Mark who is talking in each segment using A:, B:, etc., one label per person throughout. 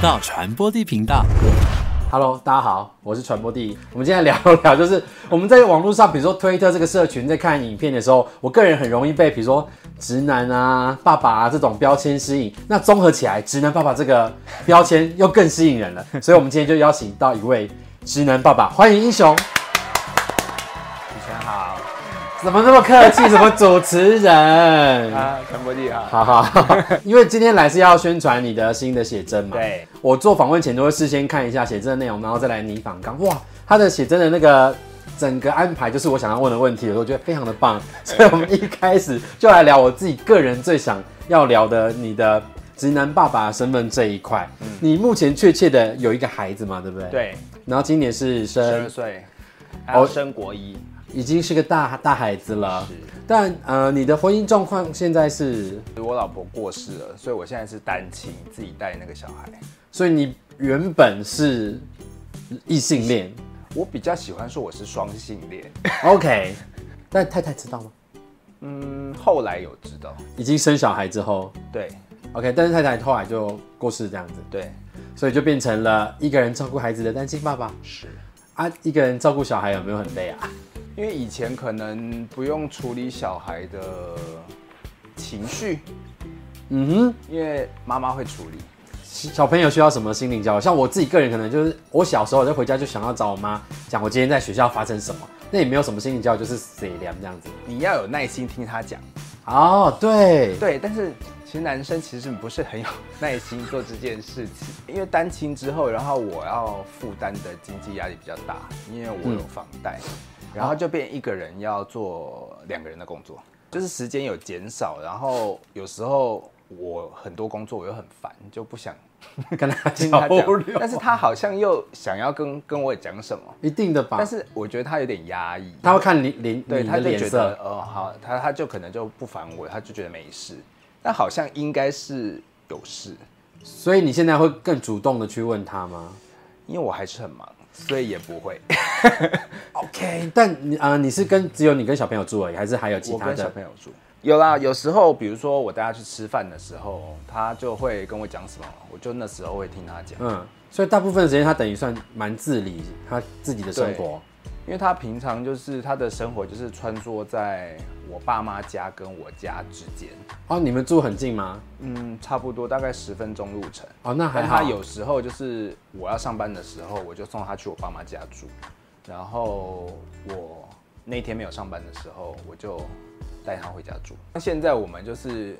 A: 到传播地频道。
B: Hello，大家好，我是传播帝。我们今天聊一聊，就是我们在网络上，比如说推特这个社群，在看影片的时候，我个人很容易被比如说直男啊、爸爸啊这种标签吸引。那综合起来，直男爸爸这个标签又更吸引人了。所以，我们今天就邀请到一位直男爸爸，欢迎英雄。
C: 主持人好，
B: 怎么那么客气？什么主持人？
C: 啊，陈伯弟好，
B: 好好，好因为今天来是要宣传你的新的写真嘛。
C: 对，
B: 我做访问前都会事先看一下写真的内容，然后再来拟访纲。哇，他的写真的那个整个安排就是我想要问的问题，我觉得非常的 棒。所以我们一开始就来聊我自己个人最想要聊的你的直男爸爸身份这一块。你目前确切的有一个孩子嘛，对不嗯对？。
C: 对，
B: 然后今年是
C: 十二
B: 生，
C: 岁，还要
B: 哦
C: 升国一，
B: 已经是个大大孩子了
C: 是。
B: 但呃，你的婚姻状况现在是，
C: 我老婆过世了，所以我现在是单亲，自己带那个小孩。
B: 所以你原本是异性恋
C: 我比较喜欢说我是双性恋，
B: ，OK？但太太知道吗？
C: 嗯，后来有知道，
B: 已经生小孩之后
C: 对
B: ，OK，但是太太后来就过世这样子，
C: 对
B: 所以就变成了一个人照顾孩子的单亲爸爸
C: 是。
B: 啊，一个人照顾小孩有没有很累啊？
C: 因为以前可能不用处理小孩的情绪，
B: 嗯哼，
C: 因为妈妈会处理。
B: 小朋友需要什么心灵教育？像我自己个人可能就是，我小时候就回家就想要找我妈讲我今天在学校发生什么，那也没有什么心灵教育，就是死凉这样子。
C: 你要有耐心听她讲，
B: 哦，对，
C: 对，但是其实男生其实不是很有耐心做这件事情，因为单亲之后，然后我要负担的经济压力比较大，因为我有房贷，然后就变一个人要做两个人的工作，就是时间有减少，然后有时候我很多工作我又很烦，就不想
B: 跟他
C: 听
B: 交
C: 他讲
B: 流，，
C: 但是他好像又想要跟跟我讲什么，
B: 一定的吧？
C: 但是我觉得他有点压抑，
B: 他会看你脸，
C: 对，
B: 你
C: 他
B: 的
C: 就
B: 脸
C: 觉
B: 色
C: 得，哦好，他他就可能就不烦我，他就觉得没事。但好像应该是有事，
B: 所以你现在会更主动的去问他吗
C: 因为我还是很忙，所以也不会。
B: ？OK，但你啊、呃你是跟只有你跟小朋友住而已，还是还有其
C: 我
B: 他
C: 跟小
B: 的？
C: 朋友住，有啦，有时候比如说我带他去吃饭的时候，他就会跟我讲什么，我就那时候会听他讲，
B: 嗯，所以大部分时间他等于算蛮自理他自己的生活。
C: 因为他平常就是他的生活就是穿梭在我爸妈家跟我家之间，
B: 哦，你们住很近吗？
C: 嗯，差不多大概十分钟路程。
B: 哦，那还
C: 但
B: 好。
C: 哎他有时候就是我要上班的时候，我就送他去我爸妈家住，然后我那天没有上班的时候，我就带他回家住。那现在我们就是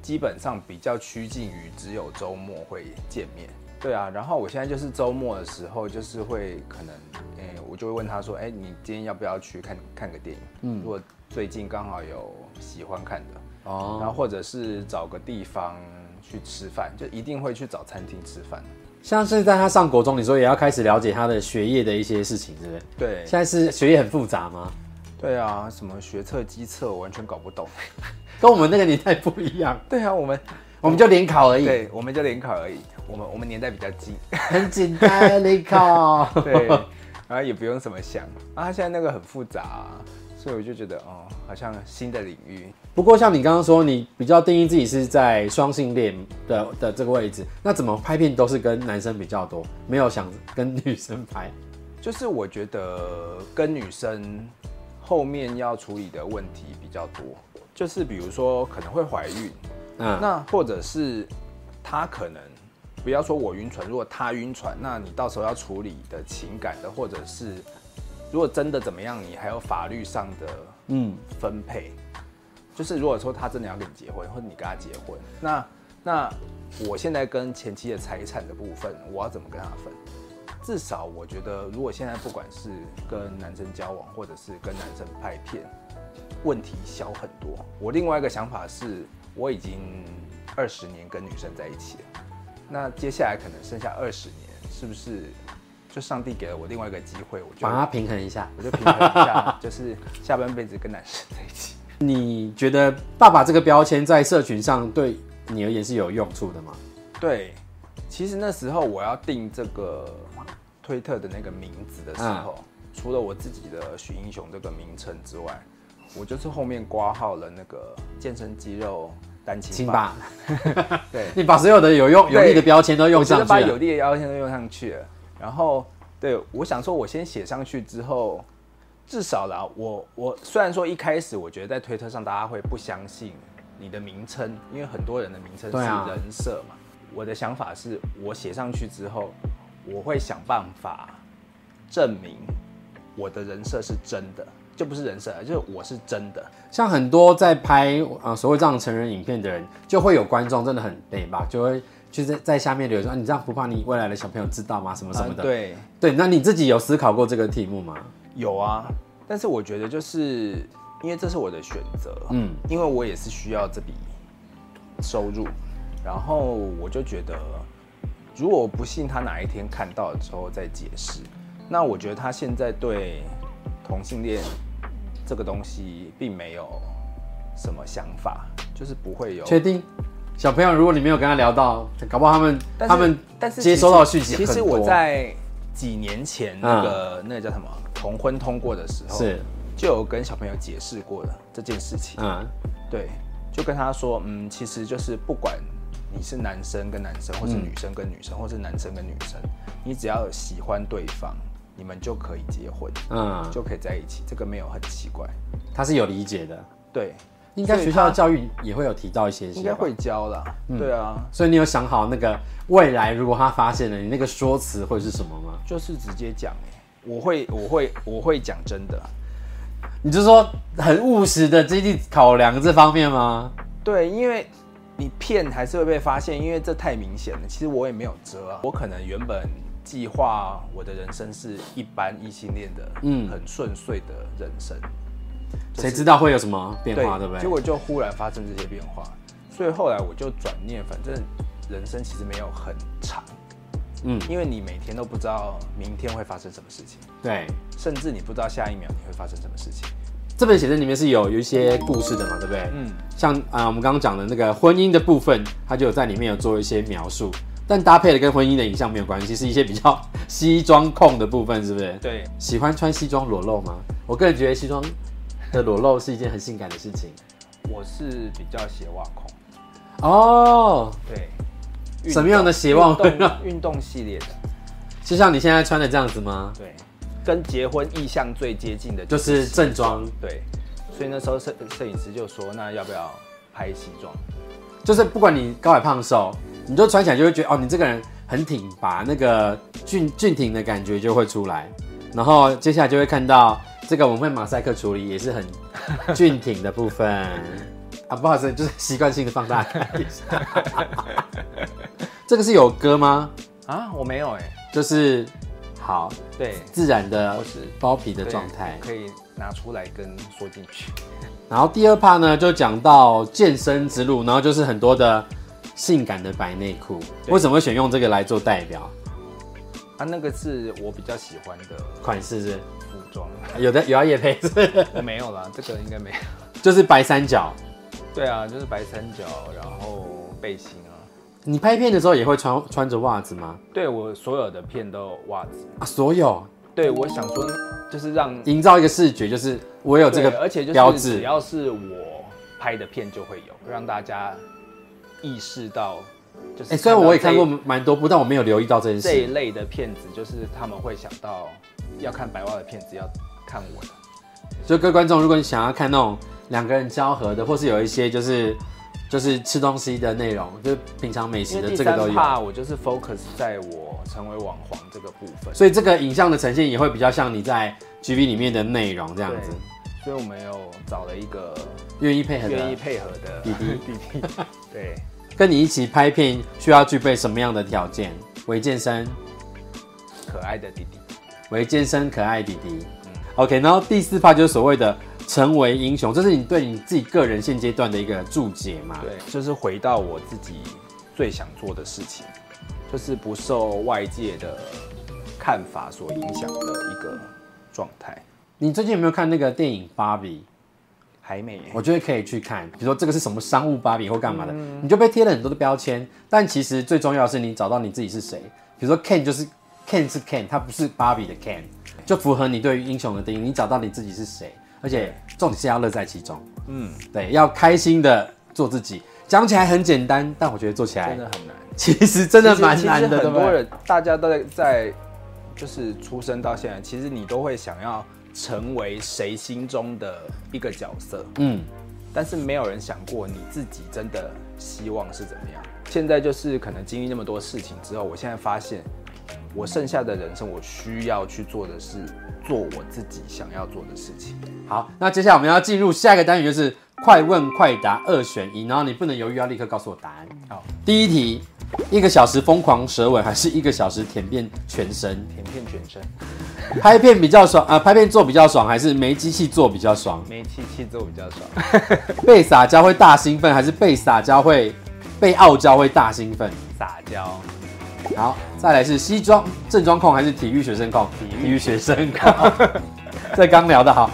C: 基本上比较趋近于只有周末会见面。对啊，然后我现在就是周末的时候，就是会可能，诶、我就会问他说，诶、你今天要不要去看看个电影？嗯，如果最近刚好有喜欢看的，然
B: 哦，
C: 后或者是找个地方去吃饭，就一定会去找餐厅吃饭。
B: 像是在他上国中，你说也要开始了解他的学业的一些事情，是不是？
C: 对
B: 现，在是学业很复杂吗？
C: 对啊，什么学测、机测，我完全搞不懂。
B: 跟我们那个年代不一样，
C: 对啊，我们
B: 我们就联考而已，
C: 对，我们就联考而已，我们我们年代比较近，
B: 很简单，联考。
C: 对，然后也不用怎么想啊。现在那个很复杂、啊所以我就觉得哦，好像新的领域。
B: 不过像你刚刚说，你比较定义自己是在双性恋的的这个位置，那怎么拍片都是跟男生比较多，没有想跟女生拍？
C: 就是我觉得跟女生后面要处理的问题比较多，就是比如说可能会怀孕，
B: 嗯，
C: 那或者是他可能不要说我晕船，如果他晕船，那你到时候要处理的情感的，或者是如果真的怎么样，你还有法律上的
B: 嗯，
C: 分配。就是如果说他真的要跟你结婚，或者你跟他结婚，那那我现在跟前妻的财产的部分，我要怎么跟他分？至少我觉得，如果现在不管是跟男生交往，或者是跟男生拍片，问题小很多。我另外一个想法是，我已经二十年跟女生在一起了，那接下来可能剩下二十年，是不是就上帝给了我另外一个机会，我就
B: 把它平衡一下。
C: 我就平衡一下，就是下半辈子跟男生在一起。
B: 你觉得“爸爸”这个标签在社群上对你而言是有用处的吗？
C: 对，其实那时候我要定这个推特的那个名字的时候，除了我自己的许英雄这个名称之外，我就是后面挂号了那个健身肌肉单亲
B: 亲
C: 爸
B: 爸，
C: 对，
B: 你把所有的有用有利的标签都用
C: 我觉
B: 上
C: 得
B: 去
C: 把有
B: 了。
C: 利的要求都用上去了。然后，对我想说，我先写上去之后，至少啦，我我虽然说一开始我觉得在推特上大家会不相信你的名称，因为很多人的名称是
B: 对啊
C: 人设嘛。我的想法是我写上去之后，我会想办法证明我的人设是真的，就不是人设，啊就是我是真的。
B: 像很多在拍啊、呃所谓这样成人影片的人，就会有观众真的很累吧，就会就在在下面留言说、啊，你这样不怕你未来的小朋友知道吗？什么什么
C: 啊
B: 的。
C: 对，
B: 对，那你自己有思考过这个题目吗？
C: 有啊，但是我觉得就是因为这是我的选择，
B: 嗯
C: 嗯，因为我也是需要这笔收入，然后我就觉得，如果我不信他哪一天看到之后再解释，那我觉得他现在对同性恋这个东西并没有什么想法，就是不会有
B: 确定？小朋友，如果你没有跟他聊到，搞不好他们
C: 但是
B: 他们
C: 但是
B: 接
C: 其
B: 收
C: 实
B: 到的讯息
C: 其
B: 很
C: 实
B: 多嗯
C: 我在几年前那个、那个叫什么同婚通过的时候，
B: 是
C: 就有跟小朋友解释过了这件事情。
B: 嗯
C: 对，就跟他说，嗯，其实就是不管你是男生跟男生，或是女生跟女生，或是男生跟女生，你只要喜欢对方，你们就可以结婚，
B: 嗯，
C: 就可以在一起，这个没有很奇怪。
B: 他是有理解的，
C: 对，
B: 应该
C: 所以
B: 学校的教育也会有提到一些些，
C: 应该。会教啦。对啊，
B: 所以你有想好那个未来如果他发现了你那个说辞会是什么吗？
C: 就是直接讲、欸，我会，我会，我会讲真的。
B: 你就说很务实的经济考量这方面吗？
C: 对，因为你骗还是会被发现，因为这太明显了。其实我也没有遮啊，我可能原本计划我的人生是一般异性恋的，
B: 嗯
C: 嗯，很顺遂的人生，
B: 谁知道会有什么变化，对不
C: 结
B: 对？
C: 果就忽然发生这些变化，所以后来我就转念，反正人生其实没有很长，
B: 嗯
C: 嗯，因为你每天都不知道明天会发生什么事情，
B: 对，
C: 甚至你不知道下一秒你会发生什么事情，
B: 这本写真里面是有有一些故事的嘛，对不对？
C: 嗯。
B: 像啊、呃我们刚刚讲的那个婚姻的部分，它就有在里面有做一些描述，但搭配的跟婚姻的影像没有关系，是一些比较 西装控的部分，是不是？
C: 对，
B: 喜欢穿西装裸露吗？我个人觉得西装的裸露是一件很性感的事情
C: 我是比较斜望控，
B: 哦。
C: 对，
B: 什么样的斜望
C: 运
B: 会
C: 动
B: 让
C: 运动系列的？
B: 就像你现在穿的这样子吗？
C: 对，跟结婚意向最接近的
B: 就是正装，
C: 对，所以那时候摄摄影师就说，那要不要拍西装？
B: 就是不管你高矮胖瘦，你就穿起来就会觉得哦，你这个人很挺拔，那个俊俊挺的感觉就会出来。然后接下来就会看到这个我们会马赛克处理，也是很俊挺的部分啊。不好意思，就是习惯性的放大看一下。这个是有歌吗？
C: 啊，我没有哎、
B: 欸就是好
C: 对，
B: 自然的
C: 我是
B: 包皮的状态。
C: 对可以拿出来跟说进去。
B: 然后第二趴呢，就讲到健身之路，然后就是很多的性感的白内裤。
C: 对
B: 为什么会选用这个来做代表
C: 啊，那个是我比较喜欢的
B: 款式是？
C: 服 装，
B: 有的有要夜配是不是
C: 我没有啦，这个应该没有。
B: 就是白三角。
C: 对啊，就是白三角，然后背心啊。
B: 你拍片的时候也会穿穿着袜子吗？
C: 对我所有的片都有袜子。
B: 啊，所有
C: 对，我想说，就是让
B: 营造一个视觉，就是我啊有这个
C: 对而且
B: 标
C: 就是
B: 志
C: 只要是我拍的片就会有，让大家意识到，就是、
B: 哎、虽然我也看过
C: 这一
B: 蛮多部，但我没有留意到这件
C: 这一
B: 事。
C: 类的片子，就是他们会想到要看白袜的片子，要看我的。
B: 所以各位观众，如果你想要看那种两个人交合的，或是有一些就是就是吃东西的内容，就是品尝美食
C: 因
B: 的，
C: 为第
B: 这个都
C: 三
B: 有。
C: 怕我就是 focus 在我成为网红这个部分，
B: 所以这个影像的呈现也会比较像你在 G V 里面的内容这样子，
C: 对，所以我们有找了一个
B: 愿意配合
C: 愿
B: 的。
C: 意配合的
B: 弟弟
C: 弟弟，对，
B: 跟你一起拍片需要具备什么样的条件？为健身，
C: 可爱的弟弟。
B: 为健身可爱弟弟。OK，然后
C: 嗯
B: 第四趴就是所谓的成为英雄，这是你对你自己个人现阶段的一个注解嘛？
C: 对，就是回到我自己最想做的事情，就是不受外界的看法所影响的一个状态。
B: 你最近有没有看那个电影《芭比
C: 还没耶》？
B: 我觉得可以去看，比如说这个是什么商务芭比或干嘛的，你就被贴了很多的标签。但其实最重要的是你找到你自己是谁。比如说 Ken 就是 Ken 是 Ken，他不是芭比的 Ken，就符合你对于英雄的定义。你找到你自己是谁，而且重点是要乐在其中。嗯，对，要开心的做自己。讲起来很简单，但我觉得做起来
C: 真的很难。
B: 其实真的蛮
C: 其实
B: 难
C: 其
B: 的，
C: 实
B: 对
C: 很
B: 不
C: 多
B: 对？
C: 人大家都在在就是出生到现在，其实你都会想要成为谁心中的一个角色，
B: 嗯，
C: 但是没有人想过你自己真的希望是怎么样。现在就是可能经历那么多事情之后，我现在发现，我剩下的人生我需要去做的是做我自己想要做的事情。
B: 好，那接下来我们要进入下一个单元，就是快问快答二选一，然后你不能犹豫，要立刻告诉我答案。
C: 好，
B: 第一题，一个小时疯狂舌吻，还是一个小时舔遍全身？
C: 舔遍全身，
B: 拍片比较爽啊、呃拍片做比较爽，还是没机器做比较爽？
C: 没气气之后比较爽。
B: 被撒娇会大兴奋，还是被撒娇会被傲娇会大兴奋？
C: 撒娇，
B: 好，再来是西装正装控还是体育学生控？体育学生控， 这刚聊的好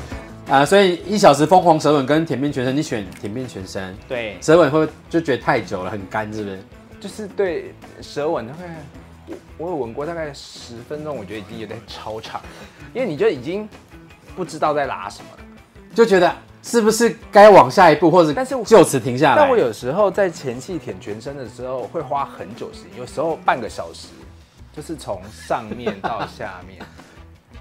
B: 啊、所以一小时疯狂舌吻跟舔遍全身，你选舔遍全身。
C: 对，
B: 舌吻会不会就觉得太久了，很干，是不是？
C: 就是对舌吻大概，我我有吻过大概十分钟，我觉得已经有点超长，因为你就已经不知道在拉什么了。
B: 就觉得是不是该往下一步，或者
C: 但是我
B: 就此停下来？
C: 但我有时候在前戏舔全身的时候会花很久时间，有时候半个小时，就是从上面到下 面，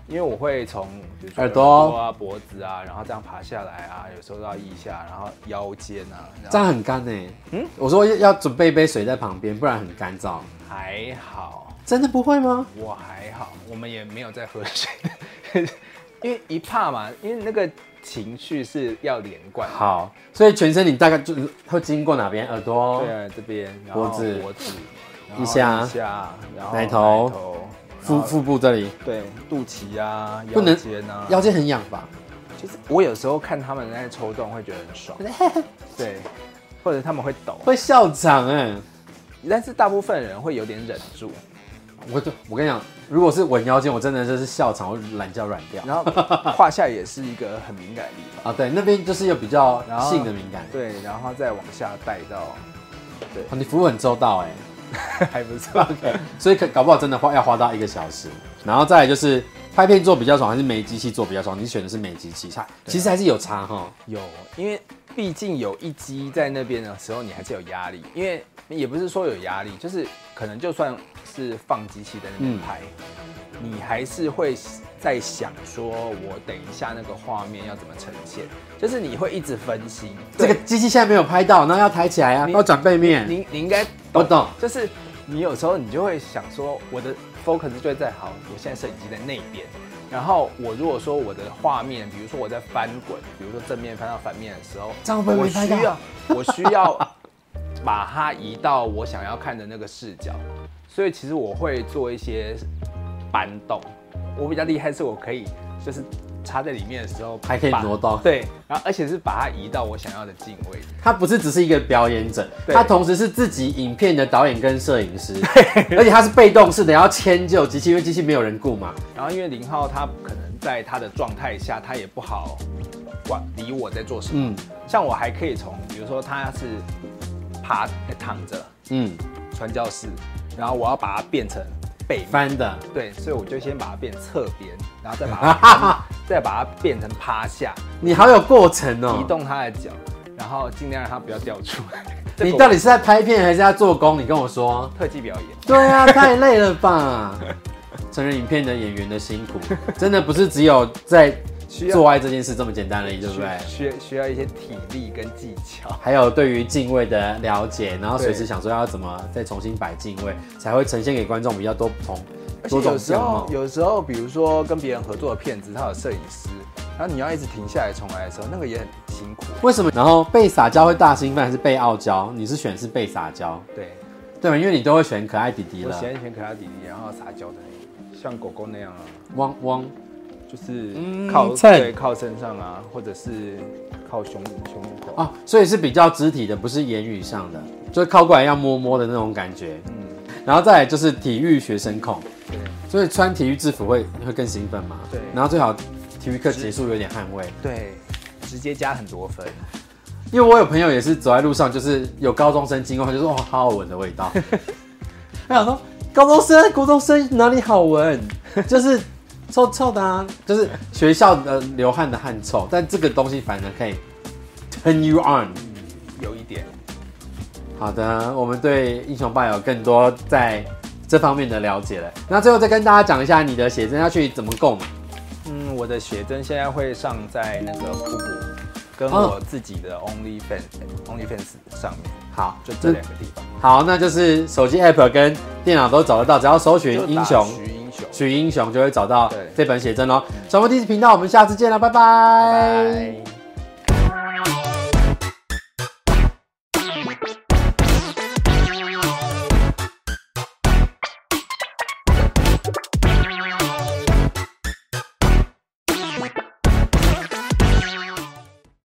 C: 因为我会从比如说
B: 耳朵
C: 啊、脖子啊，然后这样爬下来啊，有时候到腋下，然后腰间啊，然
B: 这
C: 后
B: 样很干呢、嗯，我说要要准备一杯水在旁边，不然很干燥。
C: 还好。
B: 真的不会吗？
C: 我还好，我们也没有在喝 水，因为一怕嘛，因为那个情绪是要连贯。
B: 好，所以全身你大概就会经过哪边？耳朵、
C: 对啊，这边然后
B: 脖子
C: 脖子，然后
B: 一下
C: 一下，然后
B: 奶头腹
C: 然后
B: 腹部这里，
C: 对肚脐啊，
B: 不
C: 腰
B: 能
C: 间啊，
B: 腰间很痒吧？
C: 就是我有时候看他们在抽动会觉得很爽，对，或者他们会抖，
B: 会笑场哎、
C: 但是大部分人会有点忍住，
B: 我就我跟你讲，如果是吻腰间，我真的就是笑场，我懒觉软掉。
C: 然后胯下也是一个很敏感的地方。
B: 啊，对，那边就是有比较
C: 然后
B: 性的敏感。
C: 对，然后再往下带到，
B: 啊你服务很周到哎、
C: 还不错。
B: 所以可搞不好真的花要花到一个小时。然后再来就是拍片做比较爽，还是没机器做比较爽？你选的是没机器，差
C: 啊
B: 其实还是有差哈。
C: 有，因为毕竟有一击在那边的时候，你还是有压力。因为也不是说有压力，就是可能就算是放机器在那边
B: 嗯
C: 拍，你还是会在想说，我等一下那个画面要怎么呈现，就是你会一直分心。
B: 这个
C: 对
B: 机器现在没有拍到，然后要抬起来啊，
C: 你
B: 要转背面。
C: 你你应该
B: 我懂
C: 就是你有时候你就会想说，我的 focus 就会在好，我现在摄影机在那边。然后我如果说我的画面，比如说我在翻滚，比如说正面翻到反面的时候，
B: 这样会不会
C: 我
B: 没拍到
C: 需要我需要把它移到我想要看的那个视角，所以其实我会做一些搬动。我比较厉害是我可以就是插在里面的时候
B: 还可以
C: 把
B: 挪动
C: 对，然后而且是把它移到我想要的镜位。
B: 他不是只是一个表演者，
C: 对
B: 他同时是自己影片的导演跟摄影师，而且他是被动式的，要迁就机器，因为机器没有人顾嘛。
C: 然后因为林浩他可能在他的状态下，他也不好管理我在做什么。
B: 嗯
C: 像我还可以从，比如说他是爬、呃躺着
B: 嗯，
C: 传教士，然后我要把它变成背面，
B: 翻的，
C: 对，所以我就先把它变侧边，然后再把 它再把它变成趴下，
B: 你好有过程哦、
C: 移动他的脚，然后尽量让他不要掉出来。这
B: 你
C: 个我
B: 到底是在拍片还是在做工？你跟我说。
C: 特技表演？
B: 对啊，太累了 吧！成人影片的演员的辛苦，真的不是只有在
C: 需要
B: 做爱这件事这么简单而已，对不对？
C: 需需需要一些体力跟技巧。
B: 还有对于敬畏的了解，然后随时
C: 对
B: 想说要怎么再重新摆敬畏，才会呈现给观众比较多不同
C: 而且
B: 多
C: 有
B: 种
C: 时
B: 样
C: 候
B: 貌，。
C: 有时候，比如说跟别人合作的片子，他有摄影师，然后你要一直停下来重来的时候，那个也很辛苦。
B: 为什么？然后被撒娇会大兴奋还是被傲娇？你是选是被撒娇，
C: 对，
B: 对吗？因为你都会选可爱弟弟
C: 我
B: 了
C: 喜，欢以前可爱弟弟，然后撒娇的那种，像狗狗那样啊，
B: 汪汪。
C: 就是
B: 嗯
C: 靠、
B: 蹭
C: 对靠身上啊，或者是靠胸胸口。
B: 哦，所以是比较肢体的，不是言语上的，就是靠过来要摸摸的那种感觉。嗯，然后再来就是体育学生控，
C: 对
B: 所以穿体育制服会会更兴奋嘛？
C: 对
B: 然后最好体育课结束有点汗味，
C: 对，直接加很多分。
B: 因为我有朋友也是走在路上，就是有高中生经过，他就说哇，好好闻的味 道。他想说高中生、国中生哪里好闻？ 就是臭臭的、啊，就是学校的流汗的汗臭，但这个东西反而可以 turn you on。
C: 有一点，
B: 好的，我们对英雄爸有更多在这方面的了解了。那最后再跟大家讲一下你的写真要去怎么购买。
C: 嗯，我的写真现在会上在那个酷酷跟
B: 哦
C: 我自己的 OnlyFans、OnlyFans 上面，
B: 好，
C: 就这两个地方。
B: 好，那就是手机 app 跟电脑都找得到，只要搜寻
C: 就
B: 英
C: 打
B: 雄。
C: 徐英雄，
B: 取英雄就会找到
C: 对
B: 这本写真喽。传播第一频道，我们下次见了，拜拜
C: 拜。